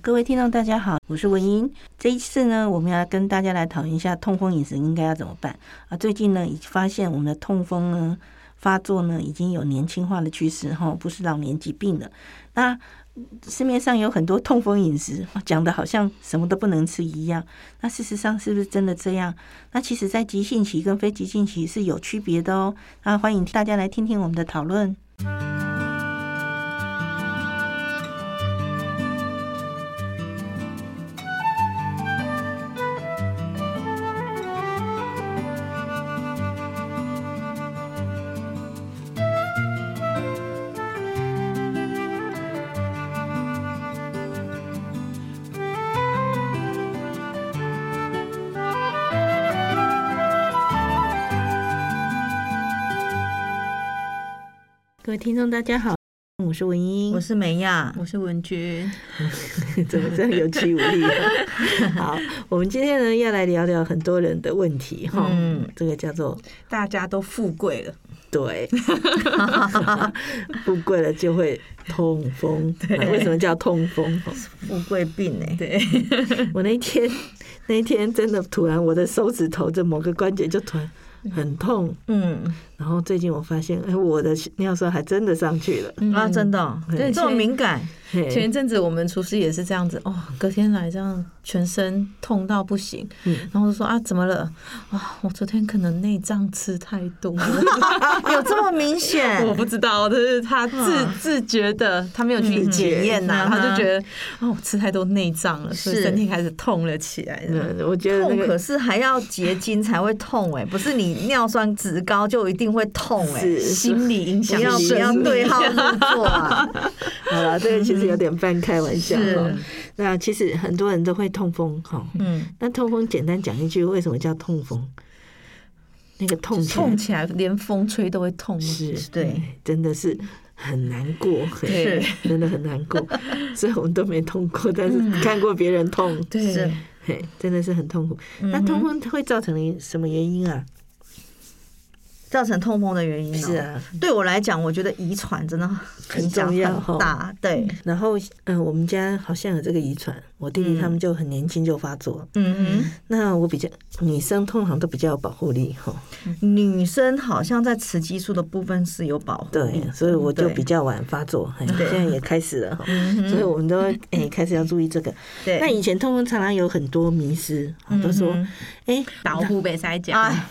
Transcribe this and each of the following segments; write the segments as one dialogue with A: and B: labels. A: 各位听众，大家好，我是文英。这一次呢，我们要跟大家来讨论一下痛风饮食应该要怎么办啊。最近呢，已发现我们的痛风呢发作呢已经有年轻化的趋势哈，不是老年疾病了。那市面上有很多痛风饮食，讲的好像什么都不能吃一样。那事实上是不是真的这样？那其实，在急性期跟非急性期是有区别的哦。那欢迎大家来听听我们的讨论。各位听众，大家好，我是文英，
B: 我是梅亚，
A: 我是文君， 怎么这样有气无力、好，我们今天呢要来聊聊很多人的问题哈，
B: 嗯
A: 这个叫做
B: 大家都富贵了，
A: 对， 富贵了就会痛风，啊为什么叫痛风？哈
B: 富贵病哎、
A: 对，我那一天那一天真的突然我的手指头的某个关节就突然很痛，
B: 嗯，
A: 然后最近我发现，哎，我的尿酸还真的上去了，
B: 啊，真的哦、
A: 对
B: 这么敏感，
A: 嘿
C: 前一阵子我们厨师也是这样子，哦，隔天来这样全身痛到不行，
A: 嗯
C: 然后就说啊怎么了？啊，我昨天可能内脏吃太多，
B: 有这么明 显？
C: 我不知道，就是他自自觉的，他没有去
B: 嗯
C: 检验呐，
B: 嗯
C: 他就觉得哦我吃太多内脏了，所以
B: 是
C: 身体开始痛了起来。
A: 嗯，我觉得那
B: 痛可
A: 个
B: 是还要结晶才会痛哎、不是你尿酸值高就一定会痛哎、
A: 是
C: 心理影响
B: 不要
A: 是
B: 不要
A: 是
B: 对号 入座啊！
A: 好了，这个其实有点半开玩笑
B: 是
A: 哈。那其实很多人都会痛风哈，
B: 嗯，
A: 那痛风简单讲一句，为什么叫痛风？那个痛起来
C: 痛起来，连风吹都会痛。
A: 是，
B: 对
A: 哎，真的是很难过，
C: 对
A: 嘿 真的很难过。虽然我们都没痛过，但是看过别人痛，
B: 是
C: 对，
A: 嘿，真的是很痛苦。那痛风会造成什么原因啊？
B: 造成痛风的原因、哦
A: 是，啊，
B: 对我来讲，我觉得遗传真的很
A: 很重要
B: 很大。对，
A: 然后嗯、呃我们家好像有这个遗传，我弟弟他们就很年轻就发作。
B: 嗯哼。
A: 那我比较女生通常都比较有保护力哈，
B: 女生好像在雌激素的部分是有保护力
A: 对，
B: 的，
A: 所以我就
B: 对嗯
A: 比较晚发作，嘿现在也开始了哈，所以我们都哎、开始要注意这个。
B: 对
A: 那以前痛风常常有很多迷失，都说
B: 嗯
A: 哎
C: 倒虎北塞讲，
B: 哎，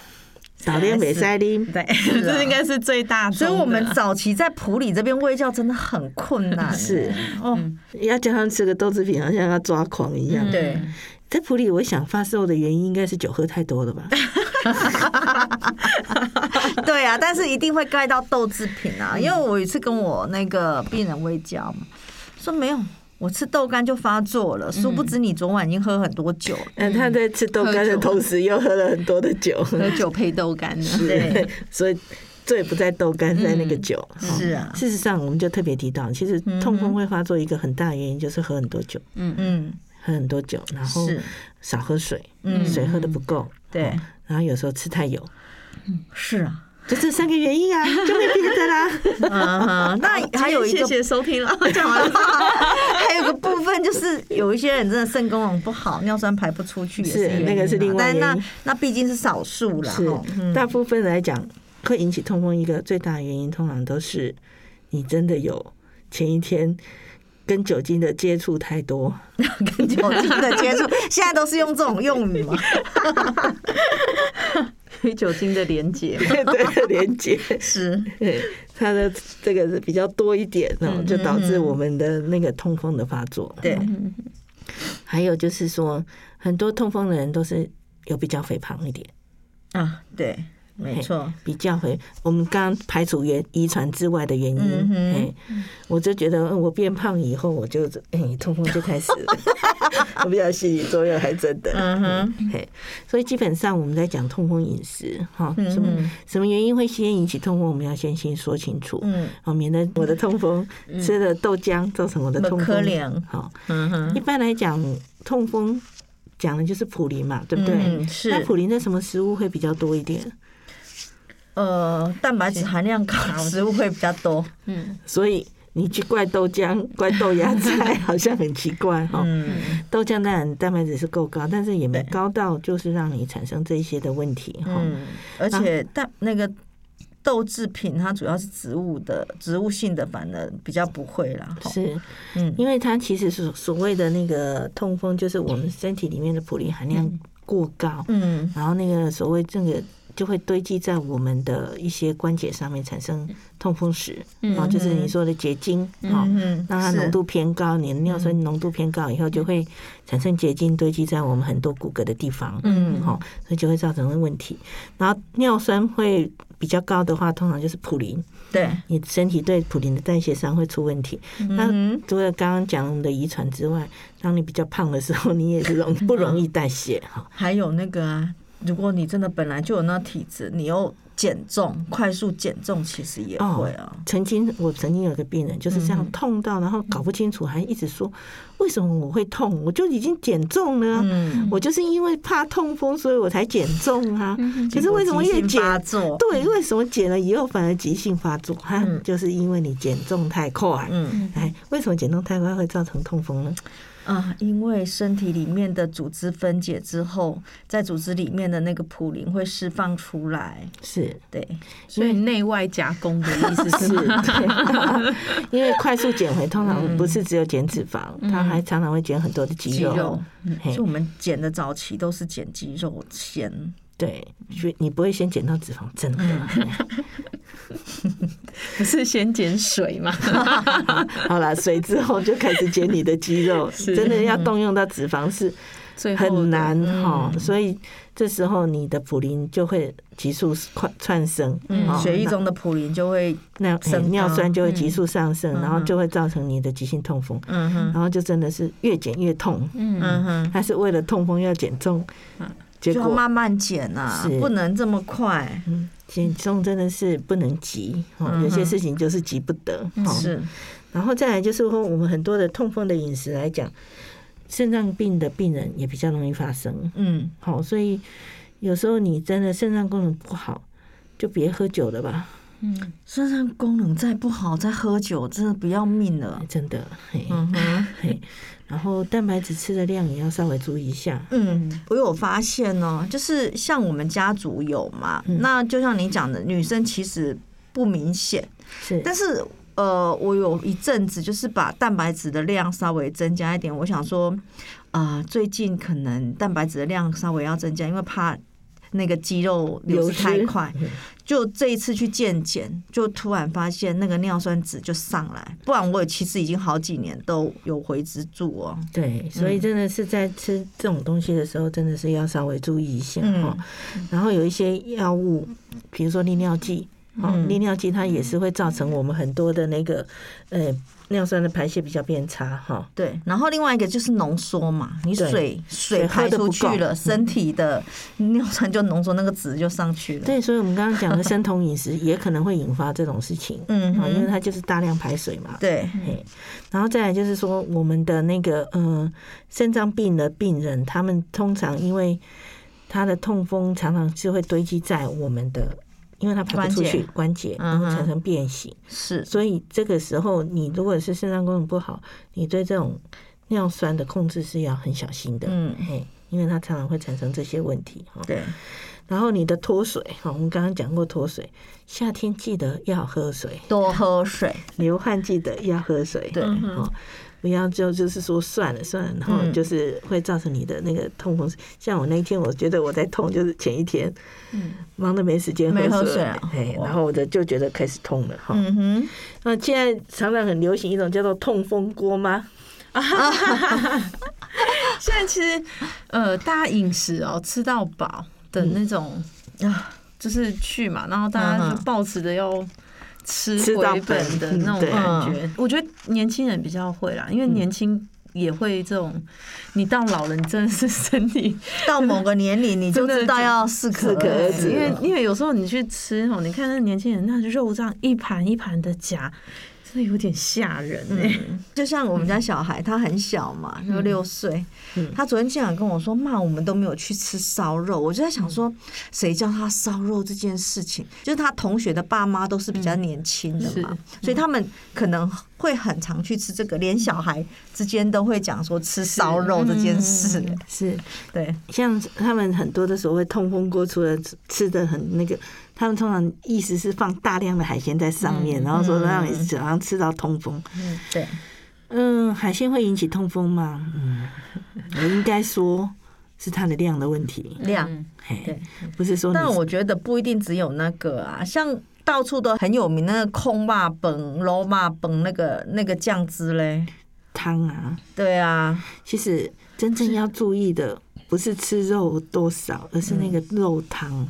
A: 早恋没塞哩，
C: 对，这应该是最大宗的。
B: 啊所以我们早期在普里这边喂教真的很 困难，
A: 嗯是嗯
B: 哦，嗯
A: 要叫他们吃个豆制品，好像要抓狂一样。
B: 对，
A: 在普里，我想发瘦的原因应该是酒喝太多了吧？
B: 对啊，但是一定会盖到豆制品
C: 嗯
B: 啊，因为我有一次跟我那个病人喂教嘛，说没有。我吃豆干就发作
C: 嗯
B: 了，殊不知你昨晚已经喝很多酒了。
A: 嗯，他在吃豆干
C: 喝
A: 的
C: 酒
A: 同时又喝了很多的酒，
C: 喝酒配豆干呢。
B: 对，
A: 所以罪不在豆干，在那个酒。哦
B: 是啊，
A: 事实上，我们就特别提到，其实痛风会发作一个很大的原因就是喝很多酒，
B: 嗯，
A: 喝很多酒，然后
B: 是，
A: 少喝水，
B: 嗯
A: 水喝的不够，哦
B: 对，
A: 然后有时候吃太油，
B: 是啊。
A: 就这三个原 因啊，就没别的啦。
B: 嗯 哼，那还有一个
C: 谢谢收听了。
B: 讲完了， 还有个部分就是有一些人真的肾功能不好，尿酸排不出去也
A: 是
B: 原因
A: 那个是
B: 啊
A: 另外
B: 但
A: 原
B: 那
A: 因
B: 那毕竟是少数啦。
A: 是
B: 吼嗯，
A: 大部分来讲，会引起痛风一个最大的原因，通常都是你真的有前一天跟酒精的接触太多，
B: 跟酒精的接触，现在都是用这种用语嘛。
C: 与酒精的连接。
A: 对连接，
B: 是，
A: 对它的这个是比较多一点哦，就导致我们的那个痛风的发作。
B: 嗯对，
A: 还有就是说，很多痛风的人都是有比较肥胖一点，
B: 啊，对，没错，
A: 比较回我们刚刚排除原遗传之外的原因，
B: 嗯哼
A: 哎，我就觉得嗯我变胖以后，我就哎痛风就开始 了，我不晓得心理作用还真的，
B: 嗯哼，
A: 嘿，所以基本上我们在讲痛风饮食，哈，
B: 嗯
A: 什么什么原因会先引起痛风，我们要先先说清楚，
B: 嗯
A: 哦，免得我的痛风吃了豆浆造成我的
B: 不
A: 痛
B: 可
A: 风。
B: 怜
A: 好，
B: 嗯哼，
A: 一般来讲，痛风讲的就是普林嘛，对不对？
B: 嗯是
A: 那普林的什么食物会比较多一点？
B: 呃，蛋白质含量高的食物会比较多，
A: 所以你去怪豆浆、 怪豆芽菜，好像很奇怪哈。
B: 嗯
A: 豆浆当然蛋白质是够高，但是也没
B: 对
A: 高到就是让你产生这些的问题哈。
B: 嗯，而且蛋那个豆制品它主要是植物的植物性的，反而比较不会啦，吼
A: 是，
B: 嗯
A: 因为它其实所所谓的那个痛风，就是我们身体里面的普林含量过高，
B: 嗯
A: 然后那个所谓这个就会堆积在我们的一些关节上面，产生痛风石，然后就是你说的结晶啊。哦
B: 嗯
A: 那它
B: 是
A: 浓度偏高，你的尿酸浓度偏高以后，就会产生结晶堆积在我们很多骨骼的地方，
B: 嗯
A: 好、所以就会造成问题。然后尿酸会比较高的话，通常就是普林，
B: 对，
A: 你身体对普林的代谢上会出问题。
B: 嗯
A: 那除了刚刚讲我们的遗传之外，当你比较胖的时候，你也是容不容易代谢哈。
B: 还有那个啊，如果你真的本来就有那体质，你又减重，快速减重，其实也会啊。
A: 曾经我曾经有个病人就是这
B: 嗯
A: 样痛到，然后搞不清楚，还一直说为什么我会痛，我就已经减重了啊、
B: 嗯，
A: 我就是因为怕痛风，所以我才减重啊。可是为什么
B: 急
A: 越
B: 性
A: 减
B: 发作？
A: 对，为什么减了以后反而急性发作？哈、
B: 嗯
A: 就是因为你减重太快。
B: 嗯
A: 哎，为什么减重太快会造成痛风呢？
B: 啊，因为身体里面的组织分解之后，在组织里面的那个普林会释放出来。
A: 是
B: 对，
C: 所以内外夹攻的意思
A: 是，
C: 是吗？
A: 对，因为快速减肥通
B: 嗯
A: 常不是只有减脂肪，它还常常会减很多的肌
B: 肌
A: 肉。
B: 肉，嗯
A: 嘿
B: 就我们减的早期都是减肌肉先。
A: 对，所以你不会先减到脂肪，真的。
B: 嗯
C: 不是先减水嘛？
A: 好了，水之后就开始减你的肌 肉，
C: 是
A: 真的要
B: 嗯
A: 动用到脂肪是
C: 最后的
A: 很难哈、所以这时候你的普林就会急速窜窜升，哦
B: 嗯血液中的普林就会，
A: 那那哎
B: 升高
A: 尿酸就会急速上升，然后
B: 嗯
A: 就会造成你的急性痛风，
B: 嗯哼，
A: 然后就真的是越减越痛。
B: 嗯哼，嗯
A: 他是为了痛风要减重，结
B: 就要
A: 果
B: 慢慢减啊
A: 是，
B: 不能这么快。
A: 嗯，减重真的是不能急，哦，有些事情就是急不得，哦。
B: 嗯是，
A: 然后再来就是说，我们很多的痛风的饮食来讲，肾脏病的病人也比较容易发生，
B: 嗯，
A: 好、所以有时候你真的肾脏功能不好，就别喝酒了吧，
B: 肾脏功能再不好，再喝酒真的不要命了。
A: 真的，嘿，
B: 嗯哼。
A: 嘿。然后蛋白质吃的量也要稍微注意一下，
B: 嗯，我有发现哦，就是像我们家族有嘛，那就像你讲的，女生其实不明显，
A: 是，
B: 但是呃，我有一阵子就是把蛋白质的量稍微增加一点，我想说，啊、最近可能蛋白质的量稍微要增加，因为怕那个肌肉流失太快。就这一次去健检，就突然发现那个尿酸值就上来，不然我其实已经好几年都有回执住哦。
A: 对，所以真的是在吃这种东西的时候，真的是要稍微注意一下
B: 嗯
A: 哈、然后有一些药物，比如说利尿剂，哦，
B: 嗯
A: 利尿剂它也是会造成我们很多的那个呃尿酸的排泄比较变差哈、
B: 对，然后另外一个就是浓缩嘛，你
A: 对
B: 水水
A: 水
B: 排
A: 喝得
B: 出
A: 不
B: 去
A: 够
B: 了，身体的尿酸就浓缩，那个值就上去了。，
A: 对，所以我们刚刚讲的生酮饮食也可能会引发这种事情，
B: 嗯
A: 啊，因为
B: 哼，
A: 它就是大量排水嘛。
B: 对，
A: 嘿，然后再来就是说，我们的那个呃肾脏病的病人，他们通常因为他的痛风常常是会堆积在我们的，因为它排不出去关节，然
B: 嗯哼
A: 后产生变形。
B: 是，
A: 所以这个时候，你如果是肾脏功能不好，你对这种尿酸的控制是要很小心的。
B: 嗯
A: 嘿，因为它常常会产生这些问题哈。
B: 对，
A: 然后你的脱水哈，我们刚刚讲过脱水，夏天记得要喝水，
B: 多喝水，
A: 流汗记得要喝水，
B: 对
C: 嗯哼
A: 哦，不要就就是说算了算了，然后
B: 嗯
A: 就是会造成你的那个痛风。像我那一天，我觉得我在痛，就是前一天，嗯，忙得没时间
B: 没喝
A: 喝
B: 水啊
A: 哎，
B: 哇
A: 然后我的就觉得开始痛了哈。
B: 嗯哼，
A: 那现在常常很流行一种叫做痛风锅吗？
C: 现在其实呃，大家饮食哦吃到饱的那种
B: 啊，
C: 就是去嘛，然后大家
B: 嗯
C: 就
B: 哼
C: 抱持着要吃
A: 吃到
C: 回本
A: 本
B: 嗯
C: 的那种
A: 对
C: 感觉。我觉得年轻人比较会啦，因为年轻也会这种，你到老了，你真的是身体
B: 到某个年龄你就
C: 真的
B: 知道要适可
A: 适可而止
C: 因为
A: 了
C: 因为有时候你去吃哦，你看那年轻人那肉这样一盘一盘的夹，真的有点吓人哎、
B: 就像我们家小孩，他很小嘛，就六岁，他昨天竟然跟我说：“骂我们都没有去吃烧肉。”我就在想说，谁叫他烧肉这件事情？就是他同学的爸妈都是比较年轻的嘛，所以他们可能会很常去吃这个，连小孩之间都会讲说吃烧肉这件事。
A: 是
B: 对，
A: 像他们很多的所谓痛风锅，除了吃的很那个，他们通常意思是放大量的海鲜在上面，然后说让你早上吃到痛风。
B: 嗯，对，
A: 嗯，海鲜会引起痛风吗？嗯，我应该说是它的量的问题，
B: 量。
A: 嘿
B: 对
A: 不是说你
B: 但我觉得不一定只有那个啊，像到处都很有名那个空霸本、肉霸本那个那个酱汁嘞。
A: 汤啊。
B: 对啊，
A: 其实真正要注意的不是吃肉多少，而是那个肉汤。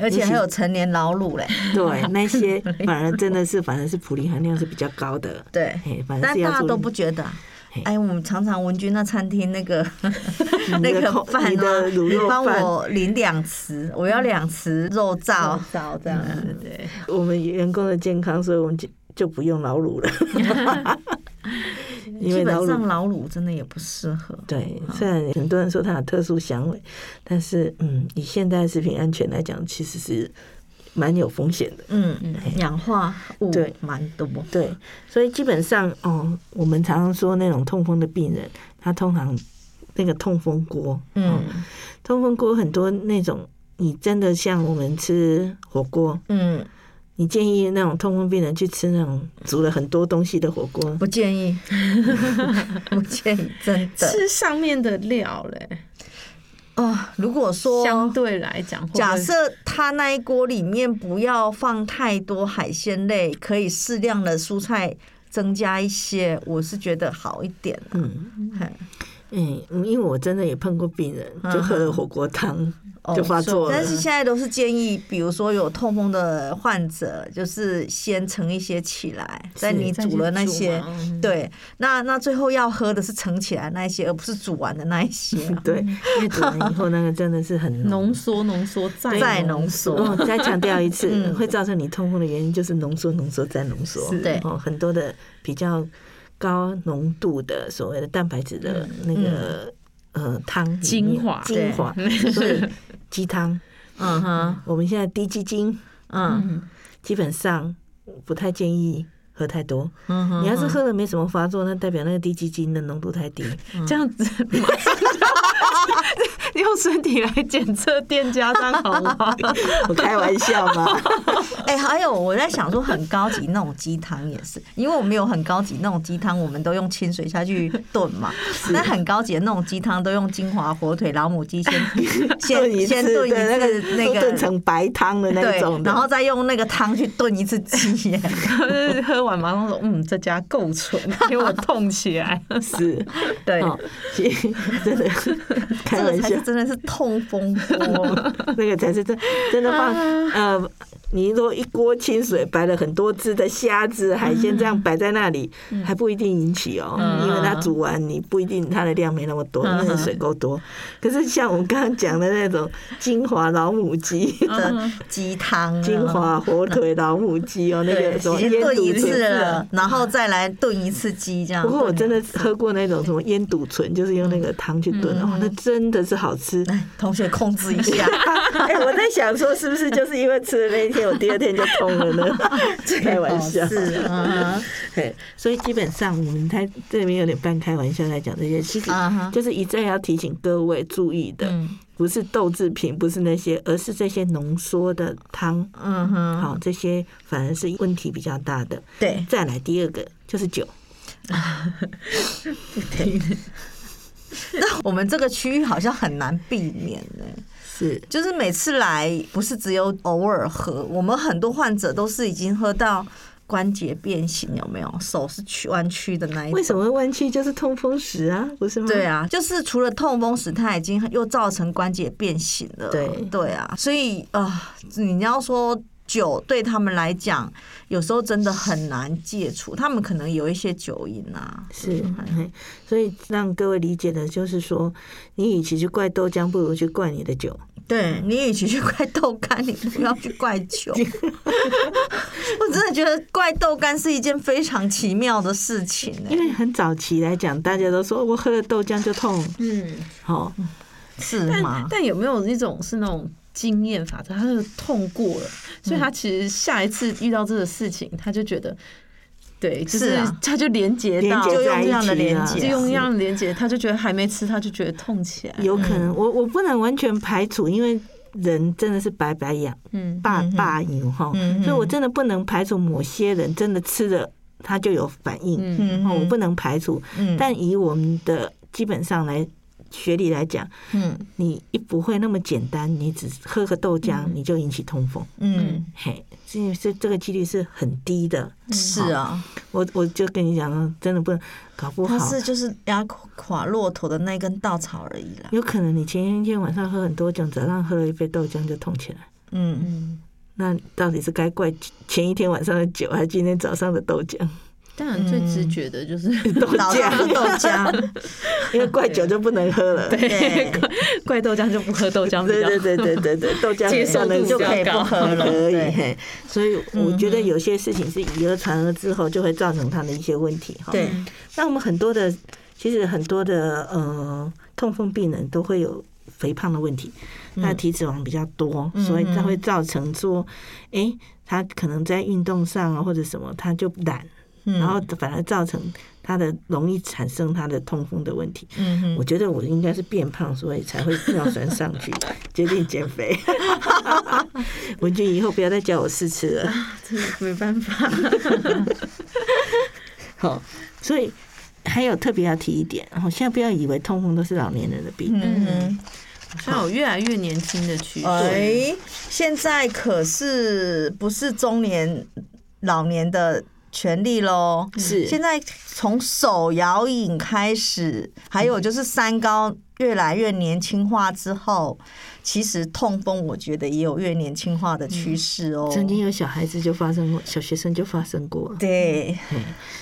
B: 而且还有成年老乳嘞。
A: 嗯 对，那些反而真的是，反而是普林含量是比较高的。
B: 对
A: 嘿，反正
B: 但
A: 是要
B: 大家
A: 注意
B: 都不觉得啊
A: 嘿。
B: 哎，我们常常文君那餐厅那个
A: 你
B: 那
A: 的
B: 个
A: 口
B: 饭
A: 你
B: 啊，
A: 的卤
B: 你
A: 肉
B: 帮
A: 饭
B: 我淋两匙，我要两匙肉燥，嗯
C: 早这样子对。
A: 我们员工的健康，所以我们就就不用劳乳了， 因
B: 基
A: 为劳
B: 本
A: 乳
B: 上老乳真的也不适合。
A: 对，虽然很多人说它有特殊香味，但是嗯，以现代食品安全来讲，其实是蛮有风险的。
B: 嗯，氧化物
A: 对
B: 蛮多。
A: 对，所以基本上哦，我们常常说那种痛风的病人，他通常那个痛风锅，
B: 嗯
A: 痛风锅很多那种，你真的像我们吃火锅，
B: 嗯，
A: 你建议那种痛风病人去吃那种煮了很多东西的火锅，
B: 不 建议，不建议，真的。
C: 吃上面的料嘞，
B: 哦，如果说
C: 相对来讲，会不会
B: 假设他那一锅里面不要放太多海鲜类，可以适量的蔬菜增加一些，我是觉得好一点。
A: 嗯。
B: 嘿
A: 嗯，因为我真的也碰过病人，就喝了火锅汤
B: 嗯哦
A: 就发作了
B: 但。是现在都是建议，比如说有痛风的患者，就是先盛一些起来，在你
C: 再去
B: 煮了那
C: 煮
B: 些
C: 嘛，嗯
B: 对，那那最后要喝的是盛起来那一些，而不是煮完的那一些 啊。
A: 对，因为煮完以后那个 真的是很
C: 浓。缩、浓缩再
B: 再
C: 浓
B: 浓
A: 我
B: 缩，
A: 再强调一次，
B: 嗯
A: 会造成你痛风的原因就是浓缩、浓缩再浓缩。
B: 对
A: 哦，很多的比较高浓度的所谓的蛋白质
B: 嗯
A: 的那个呃汤里面
C: 精华
A: 精华，所 以鸡汤，
B: 嗯哼，
A: 我们现在低鸡精
B: 嗯
A: 基本上不太建议喝太多。
B: 嗯哼，
A: 你要是喝了没什么发作，那代表那个低基金的浓度太低。
C: 这样 子，马上就嗯用身体来检测店家，这样好吗？
A: 我开玩笑嘛，
B: 哎、还有我在想说，很高级那种鸡汤也是，因为我们有很高级那种鸡汤，我们都用清水下去炖嘛。 那很高级的那种鸡汤都用金华火腿、老母鸡先
A: 炖
B: 先
A: 一
B: 先
A: 次
B: 炖一
A: 对
B: 次那
A: 都炖
B: 个，
A: 成白汤的那种
B: 对，
A: 的，
B: 然后再用那个汤去炖一次鸡 耶。
C: 就是喝完马上说，嗯，这家够纯，给我痛起来。
A: 是，
B: 对，
A: 哦，其实真 的
B: 这
A: 开
B: 个
A: 玩
B: 才
A: 笑
B: 是，真的是痛风 锅。
A: 那个才是 真真的放
B: 啊
A: 呃，你如果一锅清水摆了很多只的虾子、海鲜这样
B: 嗯
A: 摆在那里，还不一定引起哦，因为它煮完你不一定它的量没那么多，
B: 嗯
A: 因为水够多。可是像我们刚刚讲的那种金华老母鸡。
B: 的鸡汤啊，
A: 金华火腿老母鸡哦，那
B: 对，
A: 个什么
B: 先
A: 腌
B: 炖
A: 笃
B: 一次
A: 存。
B: 了，然后再来炖一次鸡这样。
A: 啊不过我真的喝过那种什么腌笃醇，就是用那个汤去炖，哦，那真的是好吃。
B: 哎，同学控制一下。
A: 哎，我在想说，是不是就是因为吃了那一天，我第二天就痛了 呢？开玩笑
B: 哦，是， 嗯哼
A: 对，啊所以基本上我们在这边有点半开玩笑在讲这些，其实
B: 嗯哼
A: 就是一再要提醒各位注意的，
B: 嗯
A: 不是豆制品，不是那些，而是这些浓缩的汤，
B: 嗯哼，
A: 好，这些反而是问题比较大的。
B: 对，
A: 再来第二个就是酒，
B: 那我们这个区域好像很难避免呢、
A: 是
B: 就是每次来不是只有偶尔喝，我们很多患者都是已经喝到。关节变形，有没有？手是曲弯曲的那一种。
A: 为什么会弯曲？就是痛风石啊，不是吗？
B: 对啊，就是除了痛风时，它已经又造成关节变形了。
A: 对
B: 啊，所以啊、你要说酒对他们来讲，有时候真的很难戒除，他们可能有一些酒瘾啊。
A: 是，嘿所以让各位理解的就是说，你与其去怪豆浆，不如去怪你的酒。
B: 对你与其去怪豆干，你不要去怪 酒。我真的觉得怪豆干是一件非常奇妙的事情、
A: 因
B: 欸。
A: 为很早期来讲，大家都说我喝了豆浆就 痛，
C: 嗯，
A: 哦，
B: 是吗
C: 但？但有没有一种是那种经验法则？他是痛过了，所以他其实下一次遇到这个事情，他就觉得，对，就是是
B: 啊
C: 他就连接
A: 连
C: 到，
A: 接
B: 就用
A: 在一
B: 这
A: 起
B: 样的连
A: 了
B: 结
C: 就
B: 啊
C: 用一样的连接，他就觉得还没吃，他就觉得痛起
B: 嗯
C: 来。
A: 有可能，我我不能完全排除，因为人真的是白白养
C: 嗯，
A: 霸
B: 嗯哼
A: 霸赢哈，
B: 嗯哼
A: 所以我真的不能排除某些人真的吃了他就有反应，
C: 嗯
B: 嗯
A: 哦，我不能排除，
B: 嗯
A: 但以我们的基本上来学理来讲，
B: 嗯
A: 你一不会那么简单，你只喝个豆浆你就引起痛风，
B: 嗯，
A: 嘿，这这这个几率是很低的。
C: 嗯
B: 是啊。
A: 我我就跟你讲了，真的不能搞不好
B: 它，是就是压垮骆驼的那根稻草而已啦。
A: 有可能你前一天晚上喝很多酒，早上喝了一杯豆浆就痛起来。
B: 嗯，
A: 那到底是该怪前一天晚上的酒，还是今天早上的豆浆？
C: 当然最直觉的就是
A: 豆
B: 早上嗯喝
A: 浆，
B: 豆 浆，
A: 因为怪酒就不能 喝了。对
B: 对，
C: 怪豆浆就不喝豆浆比较好
A: 对 对对对对，豆浆
C: 接受
A: 可
C: 度
A: 能
C: 比较
A: 就
C: 高
A: 可以不喝 了而已。
B: 对嗯
A: 嘿所以我觉得有些事情是以讹传讹之后，就会造成他的一些问题哈。
B: 对，
A: 那我们很多的，其实很多的呃痛风病人都会有肥胖的问题，
B: 嗯
A: 那体脂肪比较多，所以它会造成说，诶，他可能在运动上啊或者什么，他就懒，
B: 嗯
A: 然后反而造成他的容易产生他的痛风的问题。
B: 嗯哼，
A: 我觉得我应该是变胖，所以才会尿酸上去， 决定减肥。 文君以后不要再叫我试吃了。
C: 这个没办法。
A: 好，所以还有特别要提一点，好，现在不要以为痛风都是老年人的病，
B: 嗯
C: 现在有越来越年轻的趋
B: 哼，
C: 势，
B: 哎，现在可是不是中年老年的权利喽？
A: 是
B: 现在从手摇饮开始，还有就是三高越来越年轻化之后，其实痛风我觉得也有越年轻化的趋势哦。
A: 嗯曾经有小孩子就发生过，小学生就发生过。
B: 对，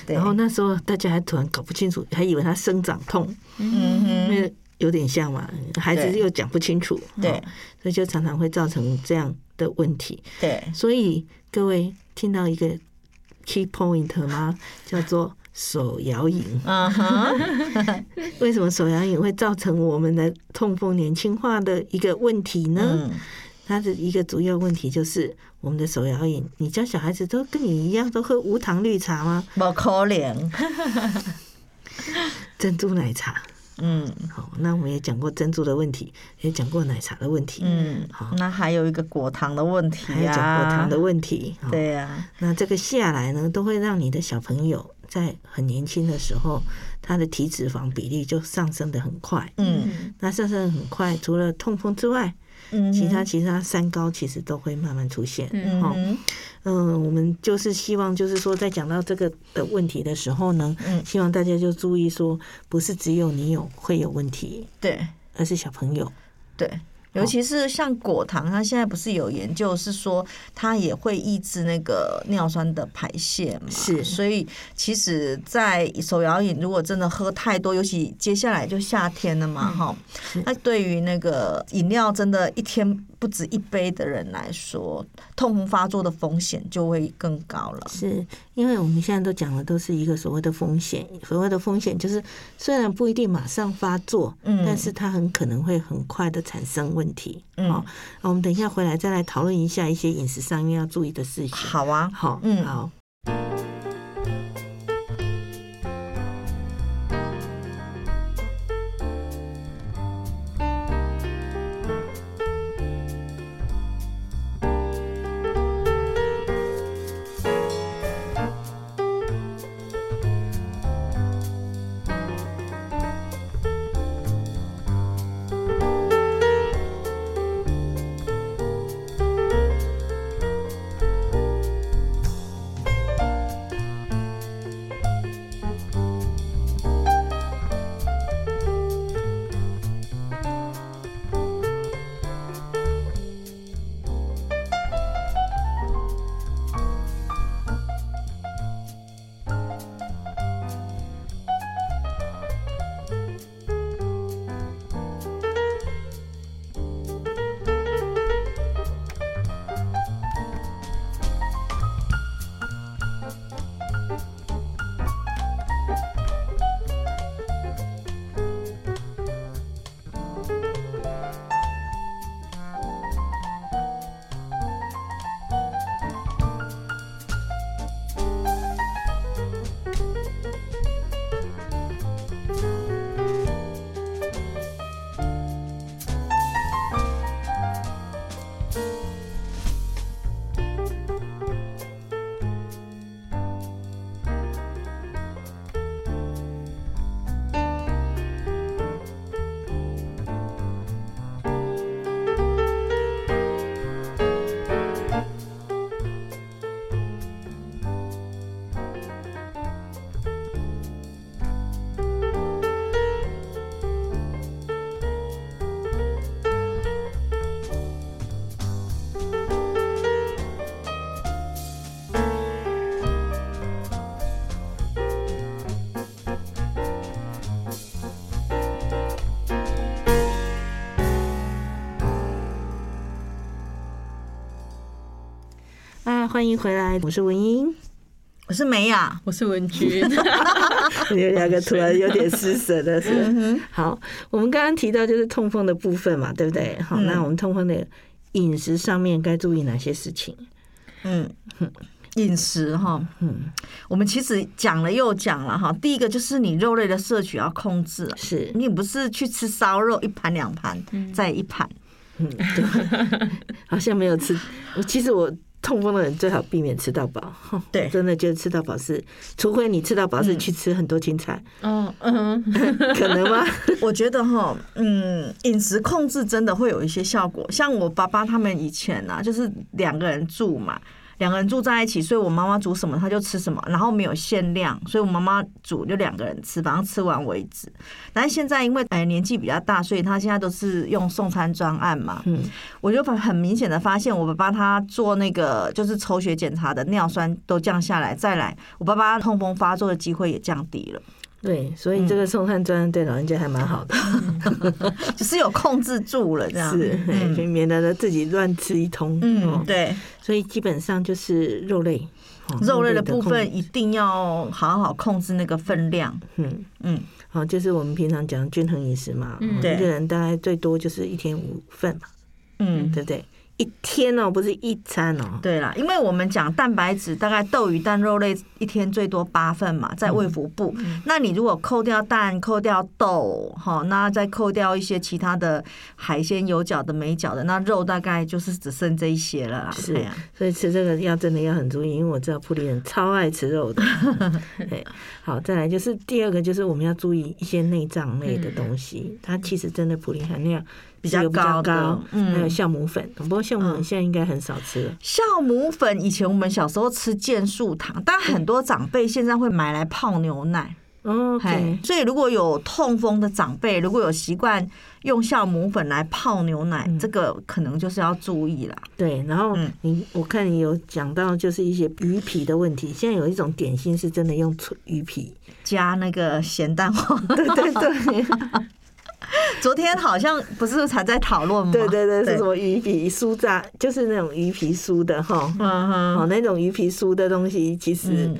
B: 对
A: 然后那时候大家还突然搞不清楚，还以为他生长痛，
B: 嗯哼。
A: 因为有点像嘛，孩子
B: 对
A: 又讲不清楚，
B: 对
A: 哦所以就常常会造成这样的问题。
B: 对，
A: 所以各位听到一个 key point 吗？叫做手摇饮。
B: 嗯哼，
A: 为什么手摇饮会造成我们的痛风年轻化的一个问题呢？
B: 嗯
A: 它的一个主要问题就是我们的手摇饮，你教小孩子都跟你一样都喝无糖绿茶吗？
B: 不可能，
A: 珍珠奶茶。
B: 嗯
A: 好，那我们也讲过珍珠的问题，也讲过奶茶的问题，
B: 嗯
A: 好，
B: 那还有一个果糖的问题
A: 还有
B: 呀、
A: 讲过糖的问题。好
B: 对啊呀、
A: 那这个下来呢，都会让你的小朋友在很年轻的时候，他的体脂肪比例就上升的很快。
B: 嗯
A: 那上升得很快，除了痛风之外，
B: 嗯哼，
A: 其他其他三高其实都会慢慢出现。
B: 嗯哼
A: 嗯，我们就是希望，就是说，在讲到这个的问题的时候呢，
B: 嗯
A: 希望大家就注意说，不是只有你有会有问题，
B: 对
A: 而是小朋友。
B: 对。尤其是像果糖，它现在不是有研究是说它也会抑制那个尿酸的排泄嘛？
A: 是
B: 所以其实，在手摇饮如果真的喝太多，尤其接下来就夏天了嘛，哈、那对于那个饮料真的一天不止一杯的人来说，痛风发作的风险就会更高了。
A: 是因为我们现在都讲的都是一个所谓的风险，所谓的风险就是虽然不一定马上发作，
B: 嗯
A: 但是它很可能会很快的产生问题。
B: 嗯
A: 好，那我们等一下回来再来讨论一下一些饮食上面要注意的事情。
B: 好啊，
A: 好，
B: 嗯
A: 好。啊，欢迎回来，我是文 英。
B: 我是美雅，
C: 我是文君，
A: 你们两个突然有点失神
B: 嗯
A: 了，是吧？好，我们刚刚提到就是痛风的部分嘛，对不对？好，
B: 嗯
A: 那我们痛风的饮食上面该注意哪些事情？
B: 嗯， 饮食哈，嗯，我们其实讲了又讲了哈。第一个就是你肉类的摄取要控制啊，
A: 是，
B: 你不是去吃烧肉一盘两盘再一盘，
A: 嗯，对， 好像没有吃。我其实我痛风的人最好避免吃到饱， 哼
B: 对嗯
A: 真的觉得吃到饱是，除非你吃到饱是去吃很多青菜，
C: 哦，嗯，
A: 可能 吗？
B: 我觉得哈，嗯，饮食控制真的会有一些效果。像我爸爸他们以前啊，就是两个人住嘛，两个人住在一起，所以我妈妈煮什么他就吃什么，然后没有限量，所以我妈妈煮就两个人吃，反正吃完为止。但是现在因为哎年纪比较大，所以他现在都是用送餐专案嘛，
A: 嗯，
B: 我就很明显的发现，我爸爸他做那个就是抽血检查的尿酸都降下来，再来我爸爸痛风发作的机会也降低了，
A: 对，所以这个送餐专案对老人家还蛮好的，
B: 就是有控制住了这样。
A: 是，嘿就免得自己乱吃一通。
B: 嗯
A: 哦，
B: 对，
A: 所以基本上就是肉类，哦
B: 肉类的部
A: 控
B: 分一定要好好控制那个分量。
A: 嗯，
B: 嗯，
A: 好，就是我们平常讲均衡饮食嘛，
C: 嗯
A: 哦
B: 对
A: 一个人大概最多就是一天五份嘛，
B: 嗯，
A: 对不对？一天哦，不是一餐哦，
B: 对啦，因为我们讲蛋白质，大概豆鱼蛋肉类一天最多八份嘛，在卫福部。那你如果扣掉蛋、扣掉豆，哈，那再扣掉一些其他的海鲜、有角的、没角的，那肉大概就是只剩这一些了啦。
A: 是
B: 哎呀
A: 所以吃这个要真的要很注意，因为我知道普里人超爱吃肉 的。对，好，再来就是第二个，就是我们要注意一些内脏类的东西，它其实真的普林含量
B: 比较
A: 是嗯有比较
B: 高的
A: 高，
B: 嗯
A: 还有酵母粉，不过酵母粉
B: 嗯
A: 现在应该很少吃了。
B: 酵母粉以前我们小时候吃健素糖，但很多长辈现在会买来泡牛奶。
A: 哦
B: 嘿
A: OK，，
B: 所以如果有痛风的长辈，如果有习惯用酵母粉来泡牛奶，
A: 嗯
B: 这个可能就是要注意啦。
A: 对，然后
B: 嗯
A: 你、我看你有讲到就是一些鱼皮的问题，现在有一种点心是真的用纯鱼皮，
B: 加那个咸蛋黄，
A: 对对对
B: 昨天好像不是才在讨论吗？
A: 对对对，是什么鱼皮酥炸，就是那种鱼皮酥的哈。
B: 嗯
A: 哦，
B: 哼，
A: 那种鱼皮酥的东西，其实
B: 嗯，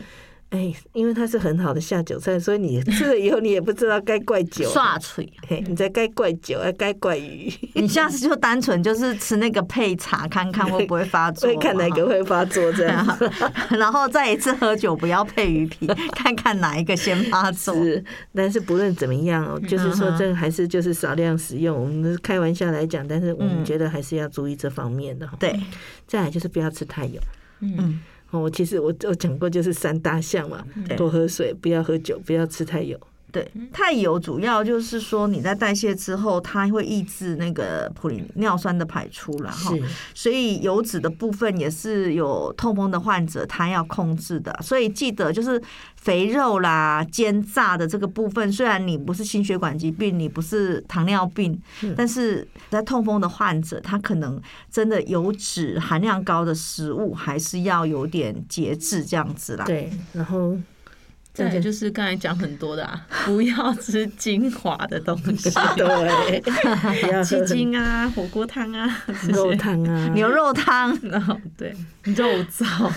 A: 哎、因为它是很好的下酒菜，所以你吃了以后，你也 不知道该怪酒，
B: 刷嘴。
A: 嘿，你才该怪酒，还该怪鱼，
B: 你下次就单纯就是吃那个配茶，看看会不会发作
A: 所
B: 嘛。
A: 以看哪个 会发作这样。
B: 哈， 然后再一次喝酒不要配鱼皮，看看哪一个先发作。
A: 是，但是不论怎么样哦，就是说
B: 嗯哼
A: 这个还是就是少量使用，我们开玩笑来讲，但是我们
B: 嗯
A: 觉得还是要注意这方面的哈。
B: 对，
A: 再来就是不要吃太油。
B: 嗯，
A: 哦，我其实我我讲过就是三大项嘛，
B: 对
A: 多喝水，不要喝酒，不要吃太油。
B: 对，太油主要就是说你在代谢之后，它会抑制那个普林尿酸的排出啦。哈。所以油脂的部分也是有痛风的患者他要控制的，所以记得就是肥肉啦、煎炸的这个部分，虽然你不是心血管疾病，你不是糖尿病，但是在痛风的患者，他可能真的油脂含量高的食物还是要有点节制这样子啦。
A: 对，然后
C: 再来就是刚才讲很多的啊，不要吃精华的东西，
A: 对，不要
C: 鸡
A: 喝很
C: 精啊、火锅汤啊这
A: 肉
C: 些，
A: 汤啊，
B: 牛肉汤，
C: 然后对肉燥，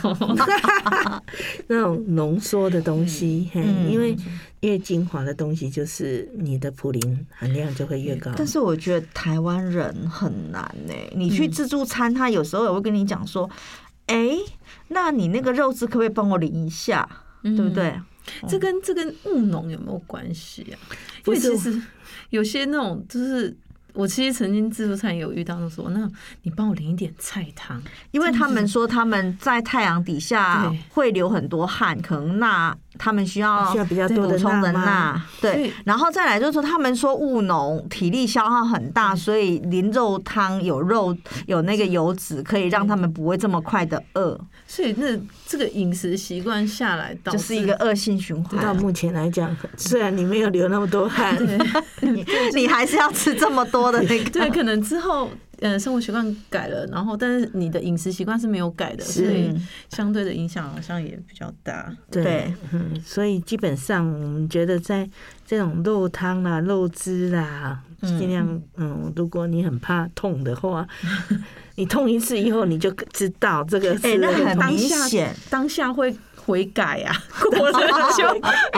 A: 那种浓缩的东西，嘿
B: 嗯
A: 因为越精华的东西，就是你的普林含量就会越高。
B: 但是我觉得台湾人很难呢、你去自助餐，他有时候也会跟你讲说：“哎、那你那个肉质可不可以帮我淋一下？”
A: 嗯
C: 对
B: 对不？对？
C: 这跟这跟务农有没有关系啊？因
A: 不
C: 为
A: 是
C: 其实有些那种就是。我其实曾经自助餐有遇到说，那你帮我淋一点菜汤，
B: 因为他们说他们在太阳底下
C: 对
B: 会流很多汗，可能钠他们需要
A: 需要比较多
B: 补
A: 的
B: 充的
A: 钠吗
B: 钠，
C: 所
B: 对
C: 以。
B: 然后再来就是说，他们说务农体力消耗很
A: 嗯
B: 大，所以淋肉汤有肉有那个油脂，可以让他们不会这么快的饿，
C: 所以那这个饮食习惯下来，导
A: 嗯
B: 就
C: 致
B: 是一个恶性循
A: 到
B: 环。
A: 目前来讲，虽然你没有流那么多汗，
B: 你 你还是要吃这么多的那个。
C: 对，可能之后呃生活习惯改了，然后但是你的饮食习惯是没有改的，所以相对的影响好像也比较大。
B: 对，
A: 嗯， 所以基本上我们觉得在这种肉啊汤啦、嗯肉汁啦，尽量嗯，如果你很怕痛的话， 你痛一次以后，你就知道这个是、
B: 哎那很
C: 当
B: 明
C: 下
B: 显
C: 当下会悔改 啊，过了就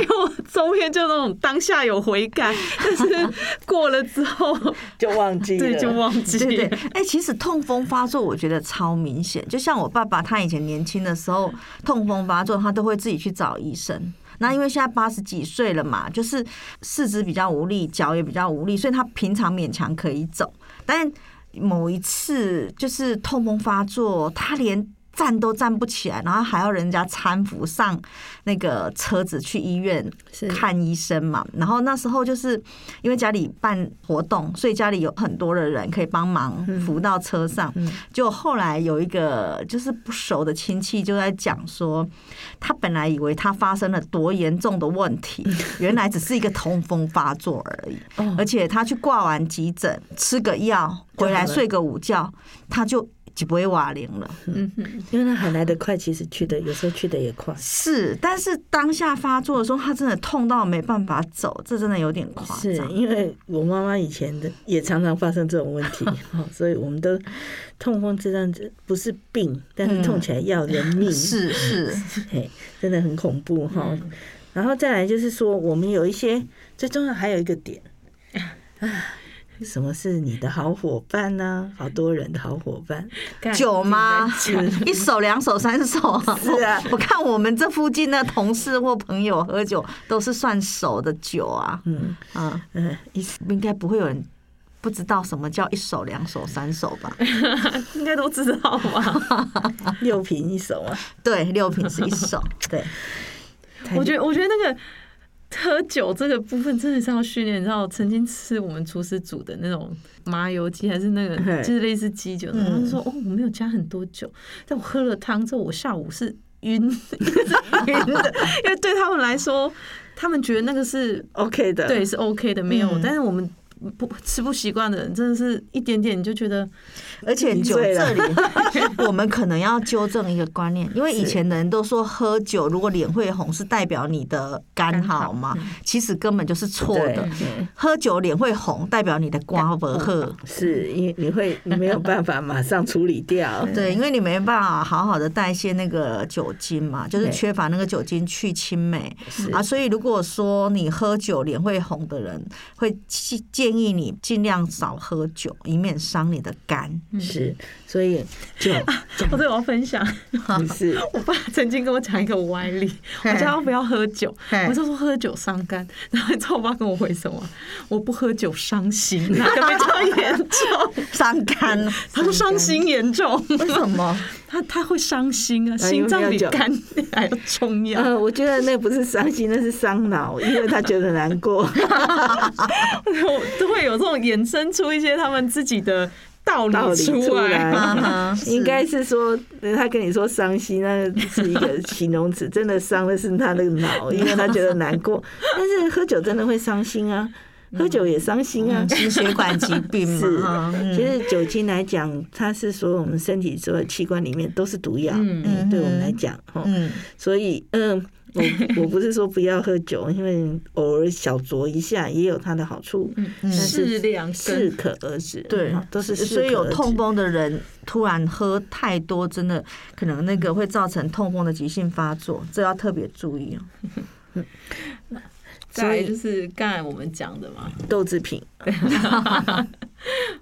C: 因为我周边就那种当下有悔改，但是过了之 后，
A: 就忘记了。
C: 对，就忘记了。
B: 对对，哎、其实痛风发作我觉得超明显，就像我爸爸他以前年轻的时候痛风发作，他都会自己去找医生。那因为现在八十几岁了嘛，就是四肢比较无力，脚也比较无力，所以他平常勉强可以走，但某一次就是痛风发作，他连。站都站不起来，然后还要人家搀扶上那个车子去医院
C: 是
B: 看医生嘛。然后那时候就是因为家里办活动，所以家里有很多的人可以帮忙
C: 嗯
B: 扶到车上。就后来有一个就是不熟的亲戚就在讲说，他本来以为他发生了多严重的问
C: 嗯
B: 题，原来只是一个痛风发作而已。
C: 哦
B: 而且他去挂完急诊，吃个药，回来
C: 好了
B: 睡个午觉，他就就不会瓦零了。
C: 嗯
A: 因为那海来得快，其实去的有时候去的也快。
B: 是，但是当下发作的时候，他真的痛到没办法走，这真的有点夸
A: 是
B: 张。
A: 因为我妈妈以前的也常常发生这种问 题，哦、所以我们都痛风这样子不是病，但是痛起来要人命，
B: 嗯 是嗯是，
A: 嘿，真的很恐怖哈、然后再来就是说，我们有一些最重要还有一个 点，啊，什么是你的好伙伴呢、好多人的好伙伴，
C: 干
B: 酒吗？ 一手、两手、三手。
A: 是啊
B: 我，我看我们这附近的同事或朋友喝酒都是算手的酒啊，
A: 嗯
B: 嗯，
A: 嗯，
B: 一应该不会有人不知道什么叫一手、两手、三手吧？
C: 应该都知道吧？
A: 六瓶一手啊，
B: 对，六瓶是一 手，
A: 对，哎
C: 我觉得，我觉得那个喝酒这个部分真的是要训练。你知道，我曾经吃我们厨师煮的那种麻油鸡，还是那个
A: 嘿
C: 就是类似鸡酒，然后他就说、哦，我没有加很多酒，但我喝了汤之后，我下午是晕， 晕的，因为对他们来说，他们觉得那个是
A: OK 的，
C: 对，是 OK 的，没有，
B: 嗯
C: 但是我们。不吃不习惯的人，真的是一点点你就觉得
B: 而且
A: 你
B: 酒
A: 醉了
B: 这里， 我们可能要纠正一个观念，因为以前的人都说喝酒如果脸会红是代表你的肝好嘛，其实根本就是错的
A: 嗯对。嗯
B: 喝酒脸会红代表你的瓜不喝，
A: 是因为你会你没有办法马上处理掉，
B: 对，因为你没办法好好的代谢那个酒精嘛，就是
A: 对
B: 缺乏那个酒精去青霉
A: 是
B: 啊，所以如果说你喝酒脸会红的人，会建建议你尽量少喝酒，以免伤你的 肝。
A: 是，所以嗯啊就
C: 哦， 对，我要分享，
A: 不是
C: 我爸曾经跟我讲一个歪理，我叫他不要喝酒，我就说喝酒伤肝，然后你知道我爸跟我回什么？我不喝酒伤心，那个比较严重。
B: 伤肝，
C: 他说伤心严重，
B: 为什么？
C: 他他会伤心啊，
A: 哎
C: 心脏比
A: 又要讲
C: 肝还要重要。
A: 呃，我觉得那不是伤心，那是伤脑，因为他觉得难 过。
C: 我都会有这种衍生出一些他们自己的道
A: 道理
C: 理
A: 出
C: 来。
A: 来
B: 嗯哼
A: 应该是说，呃他跟你说伤心，那是一个形容词，真的伤的是他的脑，因为他觉得难过。 但是喝酒真的会伤心啊，喝酒也伤心啊。
B: 心血管疾病
A: 是
B: 嘛，嗯，
A: 其实酒精来讲，它是所有我们身体所有器官里面都是毒药，
C: 嗯
A: 嗯，对我们来讲，哦
B: 嗯，
A: 所以，嗯， 我我不是说不要喝酒，因为偶尔小酌一下也有它的好处，
C: 嗯，
A: 但是
C: 适量
A: 适
C: 跟
A: 可而止。
B: 对
A: 哦，都是适可
B: 所以有
A: 而止
B: 痛。风的人突然喝太多，真的可能那个会造成痛风的急性发作，这要特别注意哦。
C: 再来就是刚才我们讲的嘛，
A: 豆制品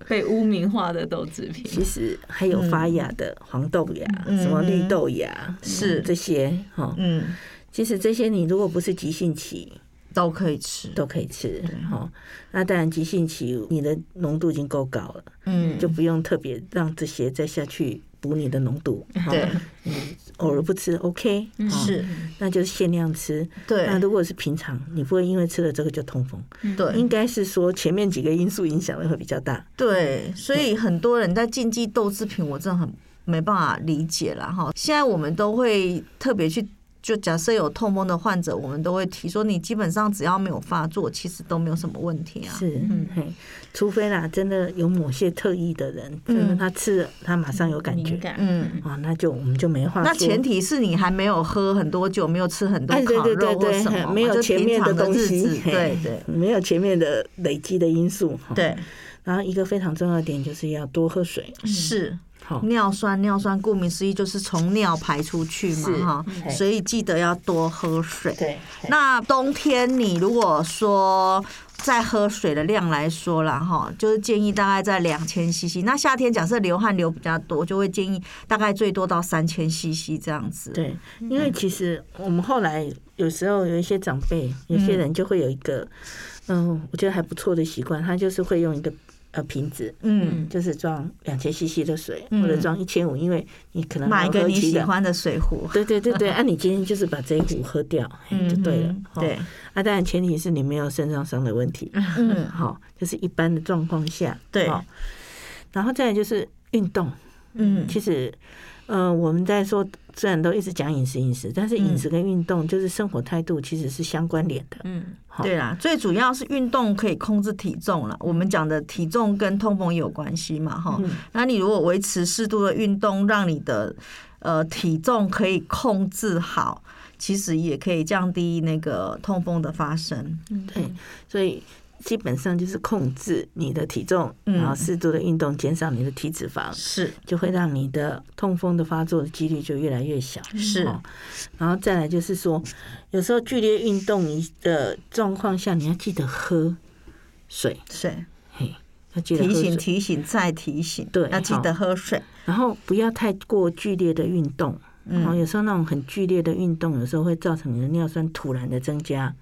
C: 被污名化的豆制品。
A: 其实还有发芽的黄豆芽、什么绿豆芽，
B: 嗯是
A: 这些哈。哦
B: 嗯，
A: 其实这些你如果不是急性期，
B: 都可以吃。
A: 都可以吃哈、哦那当然，急性期你的浓度已经够高了，
B: 嗯，
A: 就不用特别让这些再下去补你的浓度。哦
B: 对，嗯
A: 偶尔不吃 OK，、哦、
B: 是，
A: 那就是限量吃。
B: 对
A: 那如果是平常，你不会因为吃了这个就痛风，
B: 对
A: 应该是说前面几个因素影响的会比较大。
B: 对，所以很多人在禁忌豆制品，我真的很没办法理解了哈。现在我们都会特别去。就假设有痛风的患者，我们都会提说，你基本上只要没有发作，其实都没有什么问题啊。
A: 是，嗯嘿，除非啦，真的有某些特异的人，真的他吃了他马上有感觉
C: 敏，感，
B: 嗯，
A: 哦，那就我们就没话说。
B: 那前提是你还没有喝很多酒，没有吃很多
A: 哎，对
B: 烤
A: 对
B: 肉
A: 对
B: 或
A: 对，
B: 什
A: 嘿
B: 么，
A: 没有
B: 就是
A: 前
B: 平
A: 面
B: 常的
A: 东
B: 日
A: 西
B: 子，，
A: 嘿
B: 对对
A: 没有前面的累积的因素。哈
B: 对，
A: 然后一个非常重要的点就是要多喝水，
B: 是
A: 好
B: 尿酸，尿酸顾名思义就是从尿排出去
A: 是
B: 嘛哈，
A: 嗯
B: 所以记得要多喝水。
A: 对，
B: 那冬天你如果说在喝水的量来说啦，哈，就是建议大概在两千 CC。那夏天假设流汗流比较多，就会建议大概最多到三千 CC 这样子。，
A: 对，因为其实我们后来有时候有一些长辈，有些人就会有一个，嗯、我觉得还不错的习惯，他就是会用一个呃瓶子，
B: 嗯，
A: 就是装两千 CC 的水，
B: 嗯
A: 或者装一千五，因为你可能
B: 买一
A: 还
B: 个
A: 嗯要喝
B: 你
A: 其
B: 喜
A: 他。
B: 欢的水壶。
A: 对对对对，啊，你今天就是把这一壶喝掉，嘿就对了
B: 嗯。
A: 哦
B: 对，
A: 啊，当然前提是你没有肾脏伤的问 题，
B: 嗯，
A: 好，就是一般的状况下，
B: 对
A: 哦然后再来就是运动，
B: 嗯，
A: 其实，呃，我们在说，虽然都一直讲饮食饮食，但是饮食跟运动就是生活态度其实是相关联的。
B: 嗯
A: 好，
B: 对啦，最主要是运动可以控制体重了。我们讲的体重跟通膨有关系嘛，哈、
A: 嗯
B: 那你如果维持适度的运动，让你的呃体重可以控制好，其实也可以降低那个痛风的发生。
A: 所以基本上就是控制你的体重，
B: 嗯
A: 然后适度的运动，减少你的体脂肪，
B: 是
A: 就会让你的痛风的发作的几率就越来越小。
B: 是
A: 哦然后再来就是说，有时候剧烈运动一的状况下，你要记得喝水，
B: 是，
A: 要记得喝水
B: 提醒提醒再提醒，
A: 对
B: 要记得喝水。
A: 然后不要太过剧烈的运动，
B: 嗯
A: 然后有时候那种很剧烈的运动，有时候会造成你的尿酸突然的增加。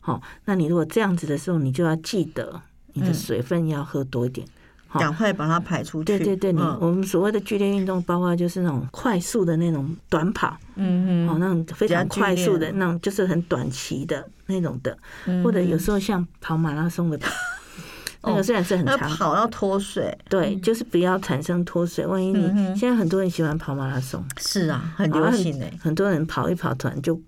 A: 好，那你如果这样子的时候，你就要记得你的水分要喝多一点。好
B: 赶快把它排出去。
A: 对对对，你
B: 嗯
A: 我们所谓的剧烈运动，包括就是那种快速的那种短跑，
B: 嗯
A: 哦，
B: 嗯
A: 那种非常
B: 比较
A: 快
B: 剧烈
A: 速的那种，就是很短期的那种的，
B: 嗯哦
A: 或者有时候像跑马拉 松的，那个虽然是很
B: 那
A: 长，
B: 跑到脱水，
A: 对，就是不要产生脱水。万一你
B: 嗯哼
A: 现在很多人喜欢跑马拉松，
B: 是啊，很
A: 好
B: 流
A: 像
B: 行哎、
A: 很多人跑一跑，突然就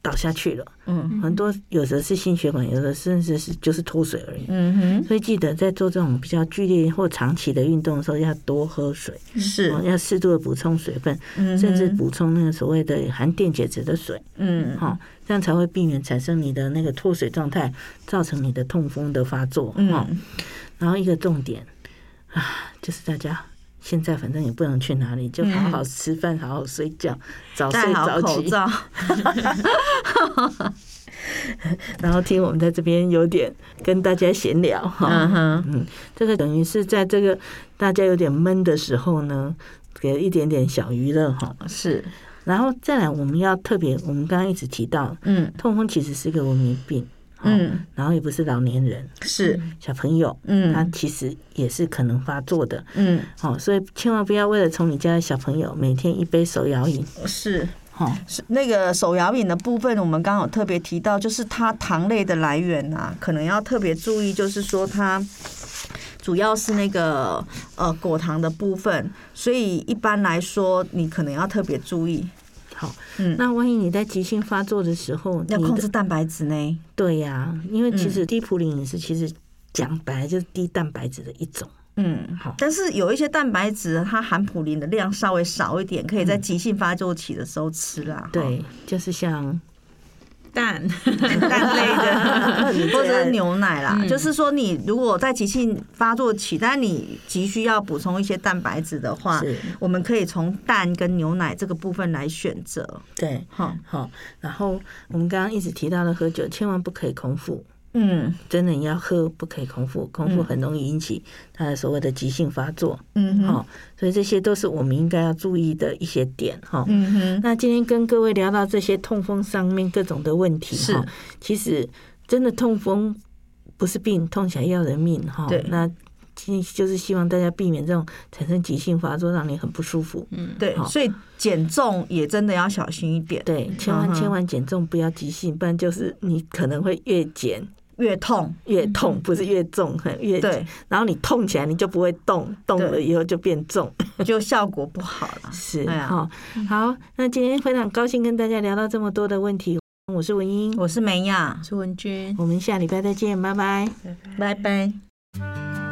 A: 倒下去了。
B: 嗯
A: 很多有的是心血管，有的甚至是就是脱水而已。
B: 嗯
A: 所以记得在做这种比较剧烈或长期的运动的时候，要多喝水，
B: 哼，是
A: 哦，要适度的补充水分，
B: 嗯
A: 甚至
B: 哼
A: 补充那个所谓的含电解质的水，
B: 嗯
A: 哈、这样才会避免产生你的那个脱水状态，造成你的痛风的发作，哈、
B: 嗯
A: 然后一个重点啊，就是大家现在反正也不能去哪里，就好好吃饭，好好睡觉，早
B: 嗯戴
A: 睡
B: 好
A: 早
B: 口
A: 起，
B: 罩，
A: 然后听我们在这边有点跟大家闲聊哈。
B: 嗯哼，
A: 这个等于是在这个大家有点闷的时候呢，给一点点小娱乐哈。
B: 是，
A: 然后再来，我们要特别，我们刚刚一直提到，
B: 嗯
A: 痛风其实是一个文明病，哈
B: 嗯，
A: 然后也不是老年人、
B: 是，
A: 小朋友，
B: 嗯
A: 他其实也是可能发作的。
B: 嗯
A: 哦，所以千万不要为了宠你家的小朋友，每天一杯手摇饮。
B: 是。
A: 哦，
B: 是那个手摇饮的部分，我们刚好特别提到，就是它糖类的来源啊，可能要特别注意，就是说它主要是那个呃果糖的部分，所以一般来说，你可能要特别注意，
A: 好，
B: 嗯
A: 那万一你在急性发作的时候，
B: 要
A: 你
B: 控
A: 的
B: 制蛋白质呢。
A: 对呀、因为其实低嘌呤饮食其实讲白了就是低蛋白质的一种。
B: 嗯
A: 好，
B: 但是有一些蛋白质，它含普林的量稍微少一点，可以在急性发作期的时候吃啊啦。哈
A: 对，就是像
C: 蛋，
B: 蛋类 的，或者是牛奶啦。
C: 嗯
B: 就是说，你如果在急性发作期，但你急需要补充一些蛋白质的话
A: 是，
B: 我们可以从蛋跟牛奶这个部分来选择。
A: 对，
B: 哈，
A: 好，然后我们刚刚一直提到的喝酒，千万不可以空腹，
B: 嗯
A: 真的你要喝不可以空腹，空腹
B: 嗯
A: 很容易引起它的所谓的急性发作。
B: 嗯哼
A: 哦，所以这些都是我们应该要注意的一些点哈。哦
B: 嗯哼，
A: 那今天跟各位聊到这些痛风上面各种的问题
B: 是
A: 哈，其实真的痛风不是病，痛起来要人命哈。
B: 对
A: 那今天就是希望大家避免这种产生急性发作，让你很不舒服。
C: 嗯，
B: 对，
A: 好
B: 所以减重也真的要小心一点，
A: 对，千万
B: 嗯哼
A: 千万减重不要急性，不然就是你可能会越减
B: 越痛。
A: 越痛，不是越重，很越
B: 嗯对
A: 减。然后你痛起来你就不会动，动了
B: 对
A: 以后就变 重。
B: 就效果不好了。
A: 是
B: 哎呀
A: 哈、好，那今天非常高兴跟大家聊到这么多的问题，我是文英，
B: 我是梅亚，
C: 朱文君，
A: 我们下礼拜再见，拜拜。
B: 拜拜。